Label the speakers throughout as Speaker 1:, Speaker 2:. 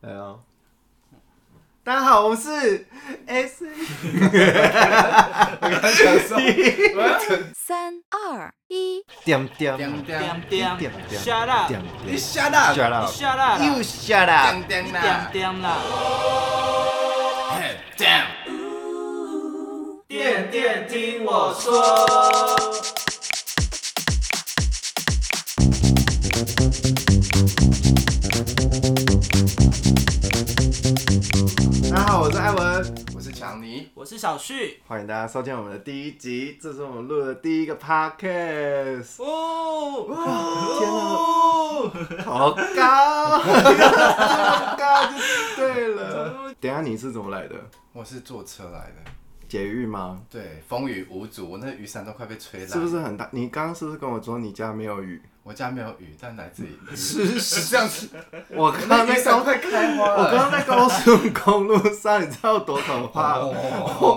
Speaker 1: 对啊。大家好，我们是 S
Speaker 2: 享受。
Speaker 3: 三二一，
Speaker 1: 点点
Speaker 2: 点
Speaker 4: 点
Speaker 2: 点，
Speaker 4: 点
Speaker 1: 点点
Speaker 4: shut up，
Speaker 1: 点
Speaker 2: 你
Speaker 1: 点
Speaker 2: shut up，
Speaker 1: shut up
Speaker 4: shut up，
Speaker 1: you shut up
Speaker 2: 点点
Speaker 4: 点啊
Speaker 2: 啦，
Speaker 4: 点啦，
Speaker 2: 嘿点。
Speaker 4: 点点听我说。
Speaker 1: 大家好，我是艾文，
Speaker 2: 我是强尼，
Speaker 4: 我是小旭，
Speaker 1: 欢迎大家收听我们的第一集，这是我们录的第一个 podcast，
Speaker 4: 哦，天哪，
Speaker 1: 好高， 好高就对了。等一下你是怎么来的？
Speaker 2: 我是坐车来的。
Speaker 1: 捷运吗？
Speaker 2: 对，风雨无阻，我那雨伞都快被吹烂。
Speaker 1: 是不是？很大？你刚刚是不是跟我说你家没有雨？
Speaker 2: 我家没有雨，但来自于是是这样子。
Speaker 1: 我刚刚
Speaker 2: 雨
Speaker 1: 在
Speaker 2: 伞
Speaker 1: 高，
Speaker 2: 快开花
Speaker 1: 我刚
Speaker 2: 了。
Speaker 1: 刚在高速公路上，你知道多可怕吗？
Speaker 2: 哦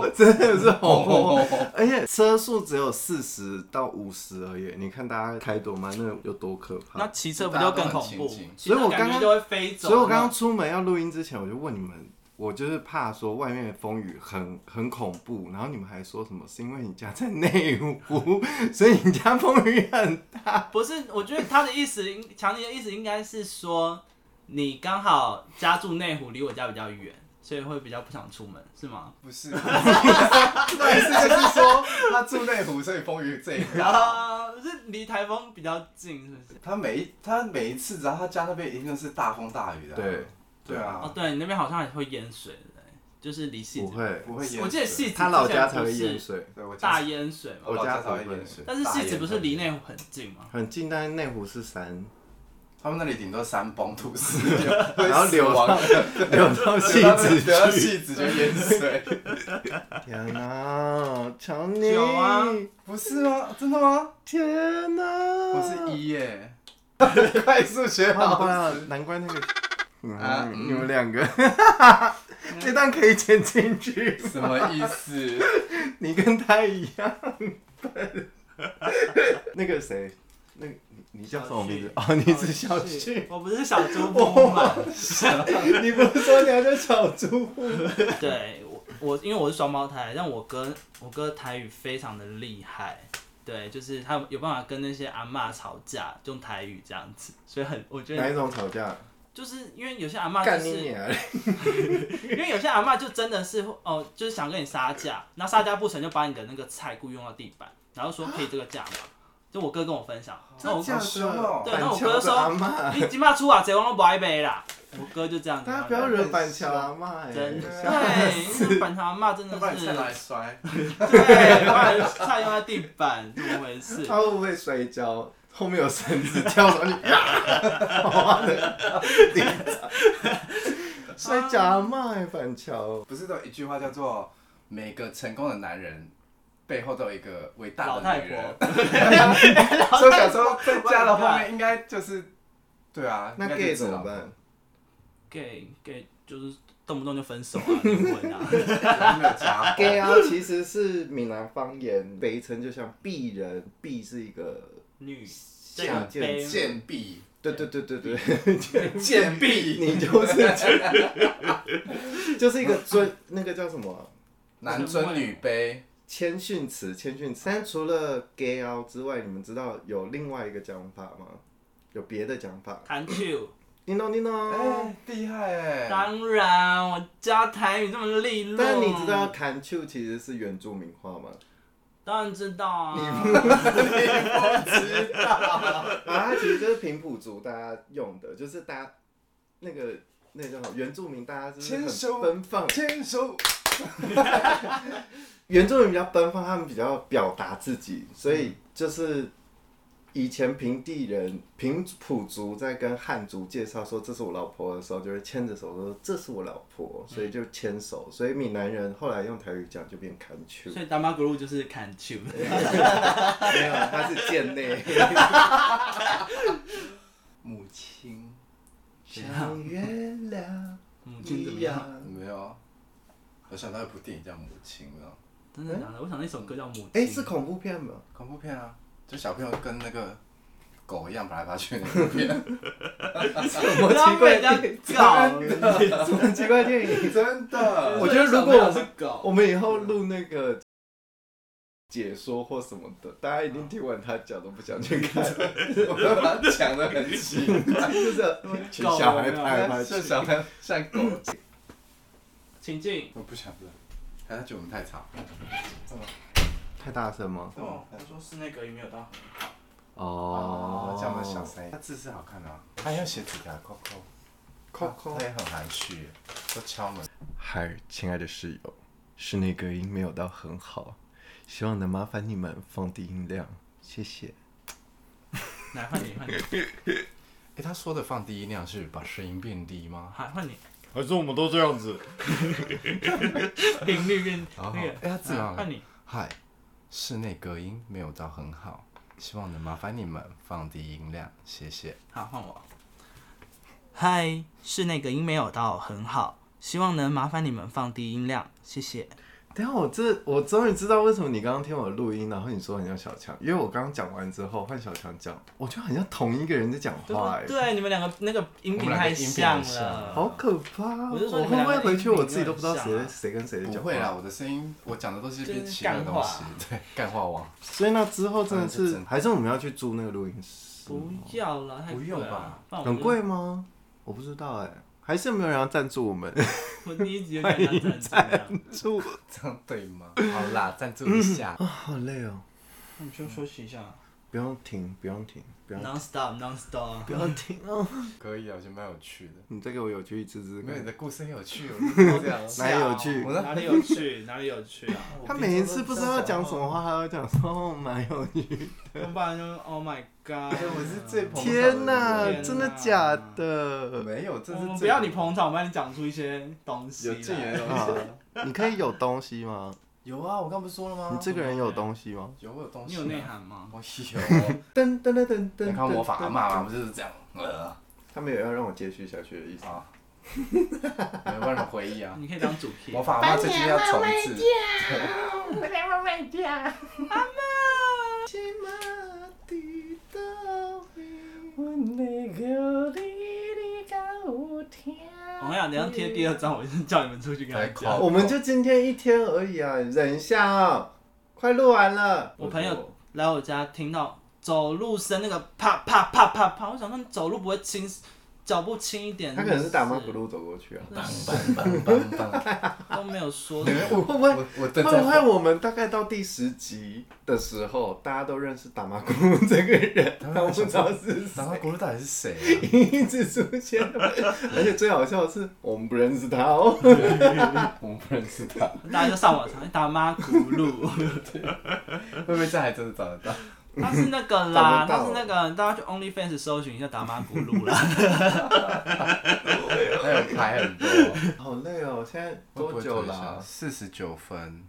Speaker 1: 我真的是红红
Speaker 2: 哦
Speaker 1: 红，而且车速只有四十到五十而已，你看大家开多慢，那有多可
Speaker 4: 那
Speaker 1: 怕。
Speaker 4: 骑车不就更恐
Speaker 2: 大
Speaker 4: 怖
Speaker 2: 家都很亲？近
Speaker 4: 骑
Speaker 1: 所
Speaker 4: 车
Speaker 1: 以我
Speaker 4: 感觉
Speaker 1: 刚刚
Speaker 4: 就会飞走。
Speaker 1: 所以我刚刚出门要录音之前，我就问你们，我就是怕说外面的风雨很很恐怖，然后你们还说什么是因为你家在内湖，所以你家风雨很
Speaker 4: 不是，我觉得他的意思应，强烈的意思应该是说，你刚好家住内湖，离我家比较远，所以会比较不想出门，是吗？
Speaker 2: 不是，不是那意思就是说他住内湖，所以风雨最
Speaker 1: 啊
Speaker 2: 大。
Speaker 4: 然 后啊是离台风比较近，是不是？
Speaker 2: 他每一他每一次，只要他家那边一定都是大风大雨的啊。
Speaker 1: 对
Speaker 2: 对
Speaker 4: 哦
Speaker 2: 啊，，
Speaker 4: 对你那边好像也会淹水，对不对就是离戏
Speaker 1: 不
Speaker 4: 子，
Speaker 1: 会，
Speaker 2: 不会淹水。
Speaker 4: 我记得戏子
Speaker 1: 他老家
Speaker 4: 之前
Speaker 1: 才
Speaker 4: 不
Speaker 1: 会
Speaker 4: 是
Speaker 1: 淹水，
Speaker 2: 对我家
Speaker 4: 大淹水嘛。
Speaker 2: 我家
Speaker 1: 我家
Speaker 2: 才
Speaker 1: 不
Speaker 2: 会
Speaker 1: 会
Speaker 2: 淹水，
Speaker 4: 但是戏子不是
Speaker 2: 大淹
Speaker 4: 离内湖很近吗？
Speaker 1: 很近，但是内湖是山，
Speaker 2: 他们那里顶多山崩土石，
Speaker 1: 然后流
Speaker 2: 亡
Speaker 1: 到流到戏子
Speaker 2: 流到
Speaker 1: 去。
Speaker 2: 戏子就淹 水，
Speaker 1: 天哪、乔尼！
Speaker 4: 有啊
Speaker 2: 不是吗？真的吗？
Speaker 1: 天哪、
Speaker 2: 我是一耶， 快速学
Speaker 1: 好
Speaker 2: 好。
Speaker 1: 吧，难怪那个，
Speaker 2: 啊
Speaker 1: 嗯，
Speaker 2: 嗯
Speaker 1: 你们两个，这段可以剪进去。
Speaker 2: 什么意思？
Speaker 1: 你跟他一样笨。那个谁，那个你你叫什么 名字？哦，你是小哦旭。
Speaker 4: 我不是小猪蹦嘛？
Speaker 1: 你不是说你要叫小猪？
Speaker 4: 对我，我因为我是双胞胎，但我哥我哥台语非常的厉害，对，就是他有办法跟那些阿嬷吵架，用台语这样子，所以很我觉
Speaker 1: 哪一
Speaker 4: 得
Speaker 1: 种吵架？
Speaker 4: 就是因为有些阿嬷
Speaker 1: 干
Speaker 4: 啊就
Speaker 1: 你
Speaker 4: 是
Speaker 1: 娘！
Speaker 4: 因为有些阿嬷就真的是哦，就是想跟你杀价，那杀价不成就把你的那个菜故意用到地板，然后说可以这个价吗？就我哥跟我分享，那我
Speaker 2: 假
Speaker 4: 哥
Speaker 2: 的凶哦
Speaker 4: 对那我
Speaker 1: 板
Speaker 4: 哥
Speaker 1: 桥的阿
Speaker 4: 说
Speaker 1: 妈，
Speaker 4: 你今嘛出啊，谁我都不爱背啦，我哥就这样子，
Speaker 1: 大家不要惹板桥阿妈哎。
Speaker 4: 真的，
Speaker 2: 对
Speaker 4: 对，因为板桥阿嬷真的
Speaker 2: 要把你
Speaker 4: 是
Speaker 2: 菜拿来摔，
Speaker 4: 对，把你菜用在地板，怎么回事？
Speaker 1: 他会不会摔跤？后面有绳子跳上去，啪！好的，摔跤阿妈还板桥，
Speaker 2: 不是都有一句话叫做每个成功的男人背后都有一个伟大
Speaker 4: 老
Speaker 2: 的
Speaker 4: 太
Speaker 2: 女人。
Speaker 4: 婆，
Speaker 2: 所以我想说，在家的后面应该就是，对啊，
Speaker 1: 那
Speaker 2: 应该
Speaker 1: gay
Speaker 2: 就
Speaker 1: 怎
Speaker 2: 是
Speaker 1: 么
Speaker 2: 老婆
Speaker 1: 办？
Speaker 4: 给给就是动不动就分手啊，离婚 啊，
Speaker 2: 没有 家
Speaker 1: gay 啊，其实是闽南方言，北城就像鄙人，鄙是一个，
Speaker 4: 女这个
Speaker 1: 贱
Speaker 4: 杯
Speaker 2: 贱婢，
Speaker 1: 对对对对对，
Speaker 2: 贱婢，
Speaker 1: 你就是，就是一个尊，那个叫什么啊、
Speaker 2: 男尊女卑，
Speaker 1: 谦逊词，谦逊词。但除了 gay 啊之外，你们知道有另外一个讲法吗？有别的讲法？
Speaker 4: 弹球。
Speaker 1: 叮咚叮咚。
Speaker 2: 哎，厉害哎，
Speaker 4: 当然，我教台语这么利落，
Speaker 1: 但你知道 c a n t u 其实是原住民话吗？
Speaker 4: 当然知道啊，
Speaker 1: 啊，它其实就是平埔族大家用的，就是大家那个那个叫什么原住民，大家就是
Speaker 2: 牵手
Speaker 1: 很奔放。
Speaker 2: 牵手，
Speaker 1: 原住民比较奔放，他们比较表达自己，所以就是以前平地人、平埔族在跟汉族介绍说这是我老婆的时候，就会牵着手说这是我老婆，所以就牵手。所以闽南人后来用台语讲就变 c a n t u
Speaker 4: 所以 d a m a g r u 就是弹球，
Speaker 1: 没有，他是贱内。
Speaker 2: 母亲，
Speaker 1: 像月亮
Speaker 4: 母亲怎
Speaker 1: 一
Speaker 4: 么样？
Speaker 1: 样。
Speaker 2: 没有，啊我想到一部电影叫《母亲》，没有，
Speaker 4: 真的假的？我想那首歌叫《母亲》，
Speaker 1: 哎、是恐怖片吗？
Speaker 2: 恐怖片啊，就小朋友跟那个狗一样爬来爬去的那部 片，
Speaker 1: 什
Speaker 4: 不
Speaker 1: 么
Speaker 4: 要
Speaker 1: 奇怪
Speaker 4: 被人 家
Speaker 1: 的
Speaker 4: 搞，
Speaker 1: 什么奇怪的电影？
Speaker 2: 真 的
Speaker 1: 我觉得如果我
Speaker 4: 是
Speaker 1: 们
Speaker 4: 狗，
Speaker 1: 我们以后录那个解说或什么的，大家一定听完他讲都不想去看，
Speaker 2: 我觉得把它讲的很奇怪，
Speaker 1: 就是请小孩拍来拍去
Speaker 2: 像。小朋友像狗，
Speaker 4: 请进。
Speaker 2: 我不想了，还是觉得我们太吵。
Speaker 1: 太大声吗？
Speaker 4: 哦，我说室内隔音没有到。
Speaker 1: 哦
Speaker 2: 这样的小声音，他字是好看的啊，他用写纸给他扣扣
Speaker 1: 扣扣
Speaker 2: 他也很含蓄耶，都敲门。
Speaker 1: 嗨，亲爱的室友，室内隔音没有到很好，希望能麻烦你们放低音量，谢谢。
Speaker 4: 来换你， 换你，
Speaker 2: 哎，他说的放低音量是把声音变低吗？
Speaker 4: 好换你，
Speaker 5: 还是我们都这样子？
Speaker 4: 频率变
Speaker 2: 好好
Speaker 4: 那
Speaker 2: 哎
Speaker 4: 个。
Speaker 2: 他字很好看
Speaker 4: 换你，
Speaker 2: 嗨，室内隔音没有到很好，希望能麻烦你们放低音量，谢谢。
Speaker 4: 好换我。嗨，室内隔音没有到很好，希望能麻烦你们放低音量，谢谢。
Speaker 1: 等一下我这我终于知道为什么你刚刚听我的录音，然后你说很像小强，因为我刚刚讲完之后换小强讲，我觉得很像同一个人在讲
Speaker 4: 对
Speaker 1: 话、
Speaker 4: 不
Speaker 1: 欸，
Speaker 4: 对，你们两个那个音频太像了。
Speaker 1: 好可怕哦！
Speaker 4: 我就说你
Speaker 1: 会
Speaker 4: 们
Speaker 1: 不会
Speaker 4: 两个
Speaker 1: 回去
Speaker 4: 音频
Speaker 1: 我自己都不知道
Speaker 4: 很
Speaker 1: 谁
Speaker 4: 像啊
Speaker 1: 在谁跟谁在
Speaker 2: 不
Speaker 1: 讲
Speaker 2: 会啦，
Speaker 1: 话？
Speaker 2: 我的声音我讲的都是一些
Speaker 4: 就是
Speaker 2: 奇怪的东西
Speaker 4: 干，
Speaker 2: 对，干话王。
Speaker 1: 所以那之后真的
Speaker 2: 嗯这
Speaker 1: 是
Speaker 2: 真，的
Speaker 1: 还是我们要去租那个录音室？
Speaker 4: 不要了，太
Speaker 2: 不
Speaker 4: 贵
Speaker 2: 用
Speaker 4: 了
Speaker 2: 吧？
Speaker 4: 不然我
Speaker 1: 很
Speaker 4: 就
Speaker 1: 贵。吗？我不知道哎、还是没有人要赞助我们
Speaker 4: 我第一集就感觉很赞。
Speaker 1: 住，
Speaker 2: 这样对 吗？好啦，赞助一下。
Speaker 4: 嗯
Speaker 1: 好累哦、
Speaker 4: 那你就休息一下。
Speaker 1: 不用停，不用停，不用
Speaker 4: Non stop, non stop。
Speaker 1: 不要停哦！
Speaker 2: 可以啊，我觉得蛮有趣的。
Speaker 1: 你再给我有趣一支支
Speaker 2: 没有你
Speaker 1: 看，
Speaker 2: 的故事很有趣，哦我 就这样。
Speaker 1: 哪里有趣
Speaker 2: 我的
Speaker 4: 哪里有趣？哪里有趣啊？
Speaker 1: 他每一次不知道讲什么话，他都讲说哦蛮有趣。
Speaker 4: 要不然就是 Oh my God！
Speaker 2: 哎我是最捧场的
Speaker 1: 天哪
Speaker 2: 人，
Speaker 4: 天哪啊
Speaker 1: 真的假
Speaker 2: 我
Speaker 1: 的？
Speaker 2: 没有，这
Speaker 4: 我
Speaker 2: 是
Speaker 4: 们
Speaker 2: 最
Speaker 4: 不要你捧场，我帮你讲出一些东西
Speaker 2: 有啊
Speaker 4: 来。
Speaker 2: 进言的东西。
Speaker 1: 你可以有东西吗？
Speaker 2: 有啊，我刚不是说了吗？
Speaker 1: 你这个人有东西吗？
Speaker 2: 有我有东
Speaker 4: 你
Speaker 2: 西，啊
Speaker 4: 有内。涵吗？
Speaker 2: 我有，
Speaker 1: 噔噔噔噔
Speaker 2: 你
Speaker 1: 噔，
Speaker 2: 看魔法阿
Speaker 1: 噔
Speaker 2: 妈嘛，不就是这样？呃，
Speaker 1: 他没有要让我接续下去的意思。
Speaker 2: 啊，没有办法回忆啊。
Speaker 4: 你可以当主 key
Speaker 2: 魔。法阿妈最近要重置，
Speaker 4: 我跟你讲，等一下贴第二张，我就叫你们出去跟他
Speaker 2: 来
Speaker 4: 讲。
Speaker 2: 考
Speaker 1: 我们就今天一天而已啊，忍一下啊，快录完了。
Speaker 4: 我朋友来我家，听到走路声那个啪啪啪啪啪，我想说你走路不会轻，脚步轻一点。
Speaker 1: 他可能是打马虎路走过去啊。
Speaker 2: 棒棒 棒棒 棒。
Speaker 4: 都没有说。
Speaker 1: 会不会
Speaker 2: 我我
Speaker 1: 会
Speaker 2: 正在
Speaker 1: 不会我们大概到第十集的时候，大家都认识打马虎路这个人，但我不知道是谁
Speaker 2: 然后国路到底是谁、
Speaker 1: 一直出现，而且最好笑的是我们不认识他哦。
Speaker 2: 啊？我不认识他，
Speaker 4: 大家就上网查打妈轱辘，
Speaker 2: 会不会这还真的找得到？
Speaker 4: 他是那 个啦，
Speaker 1: 找
Speaker 4: 他
Speaker 1: 不
Speaker 4: 是
Speaker 1: 到
Speaker 4: 那个，大家去 OnlyFans 搜寻一下打妈轱辘 啦。
Speaker 2: 还有牌很多，
Speaker 1: 好累哦，现在多久啦、
Speaker 2: 四十九分。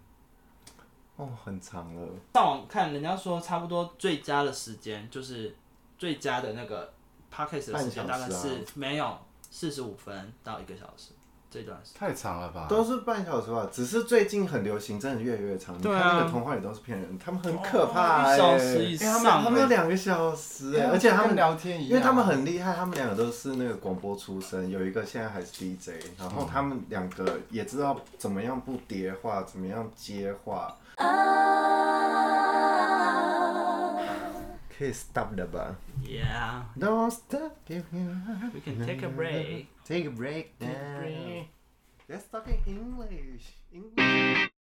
Speaker 1: 哦，很长了。
Speaker 4: 上网看人家说，差不多最佳的时间就是最佳的那个 podcast 的时间，大
Speaker 1: 半小
Speaker 4: 概
Speaker 1: 时啊
Speaker 4: 是没有四十五分到一个小时这段时间。
Speaker 2: 太长了吧？
Speaker 1: 都是半小时吧，只是最近很流行，真的越来越长。
Speaker 4: 对啊
Speaker 1: 你看那个童话也都是骗人，他们很可怕、
Speaker 4: 哦
Speaker 1: 欸
Speaker 4: 一小时以
Speaker 1: 欸他
Speaker 4: 上哎
Speaker 1: 们他们有两个小时、欸，而且他们
Speaker 2: 跟，聊天一样，
Speaker 1: 因为他们很厉害，他们两个都是那个广播出身，有一个现在还是 DJ，然后他们两个也知道怎么样不叠话，怎么样接话。可以 stop 了吧
Speaker 4: Yeah,
Speaker 1: ？Don't stop, give me a
Speaker 4: we can take a break.
Speaker 1: take a break, now. Let's talk in English. English.